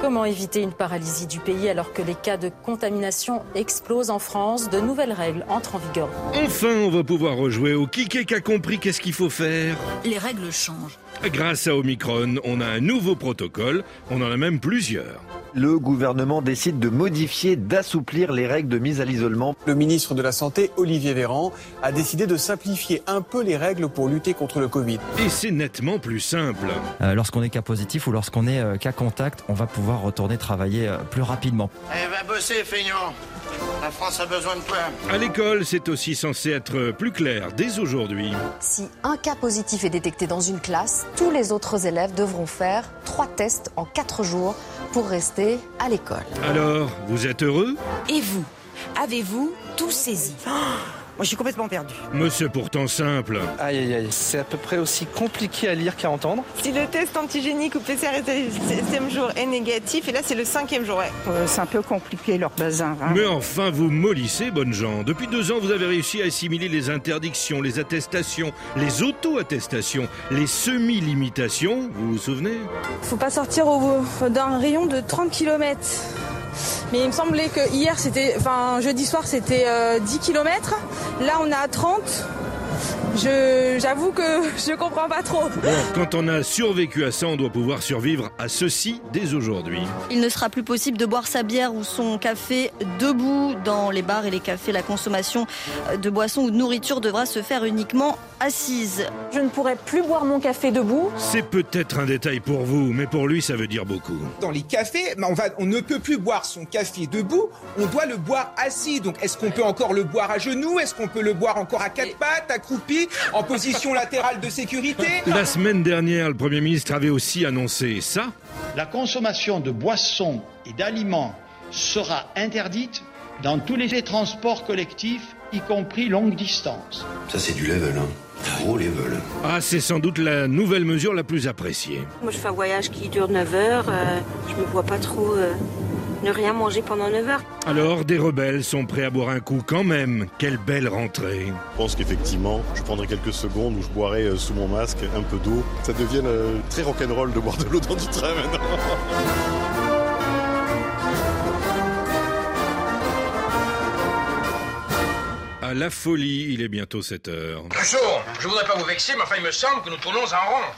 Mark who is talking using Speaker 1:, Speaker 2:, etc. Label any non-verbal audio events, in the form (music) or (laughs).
Speaker 1: Comment éviter une paralysie du pays alors que les cas de contamination explosent en France De nouvelles règles entrent en vigueur.
Speaker 2: Enfin, on va pouvoir rejouer au qui qui a compris qu'est-ce qu'il faut faire.
Speaker 3: Les règles changent.
Speaker 2: Grâce à Omicron, on a un nouveau protocole, on en a même plusieurs.
Speaker 4: Le gouvernement décide de modifier, d'assouplir les règles de mise à l'isolement.
Speaker 5: Le ministre de la Santé, Olivier Véran, a décidé de simplifier un peu les règles pour lutter contre le Covid.
Speaker 2: Et c'est nettement plus simple.
Speaker 6: Euh, lorsqu'on est cas positif ou lorsqu'on est euh, cas contact, on va pouvoir retourner travailler euh, plus rapidement.
Speaker 7: Eh va bosser, feignant la France a besoin de toi.
Speaker 2: À l'école, c'est aussi censé être plus clair dès aujourd'hui.
Speaker 8: Si un cas positif est détecté dans une classe, tous les autres élèves devront faire trois tests en quatre jours pour rester à l'école.
Speaker 2: Alors, vous êtes heureux
Speaker 3: Et vous Avez-vous tout saisi
Speaker 9: moi, je suis complètement perdu.
Speaker 2: Mais c'est pourtant simple.
Speaker 10: Aïe, aïe, aïe. C'est à peu près aussi compliqué à lire qu'à entendre.
Speaker 11: Si le test antigénique ou PCR est le septième jour est négatif, et là, c'est le cinquième jour, ouais.
Speaker 12: Euh, c'est un peu compliqué, leur bazin. Hein.
Speaker 2: Mais enfin, vous mollissez, bonnes gens. Depuis deux ans, vous avez réussi à assimiler les interdictions, les attestations, les auto-attestations, les semi-limitations. Vous vous souvenez
Speaker 13: Faut pas sortir au... d'un rayon de 30 km. Mais il me semblait que hier, c'était, enfin, jeudi soir, c'était euh, 10 km. Là, on a 30. Je, j'avoue que (laughs) je comprends pas trop.
Speaker 2: Bon, quand on a survécu à ça, on doit pouvoir survivre à ceci dès aujourd'hui.
Speaker 14: Il ne sera plus possible de boire sa bière ou son café debout dans les bars et les cafés. La consommation de boissons ou de nourriture devra se faire uniquement assise.
Speaker 15: Je ne pourrai plus boire mon café debout.
Speaker 2: C'est peut-être un détail pour vous, mais pour lui, ça veut dire beaucoup.
Speaker 16: Dans les cafés, bah, on, va, on ne peut plus boire son café debout, on doit le boire assis. Donc est-ce qu'on peut encore le boire à genoux Est-ce qu'on peut le boire encore à quatre pattes, accroupi en position latérale de sécurité.
Speaker 2: La semaine dernière, le Premier ministre avait aussi annoncé ça.
Speaker 17: La consommation de boissons et d'aliments sera interdite dans tous les transports collectifs, (laughs) y compris longue distance.
Speaker 18: Ça, c'est du level, hein. Gros level.
Speaker 2: Ah, c'est sans doute la nouvelle mesure la plus appréciée.
Speaker 19: Moi, je fais un voyage qui dure 9 heures. Euh, je me vois pas trop. Euh ne rien manger pendant 9 heures.
Speaker 2: Alors, des rebelles sont prêts à boire un coup quand même. Quelle belle rentrée.
Speaker 20: Je pense qu'effectivement, je prendrai quelques secondes où je boirai euh, sous mon masque un peu d'eau. Ça devient euh, très rock'n'roll de boire de l'eau dans du train maintenant.
Speaker 2: À la folie, il est bientôt 7 heures.
Speaker 4: Toujours, je voudrais pas vous vexer, mais enfin il me semble que nous tournons en rond.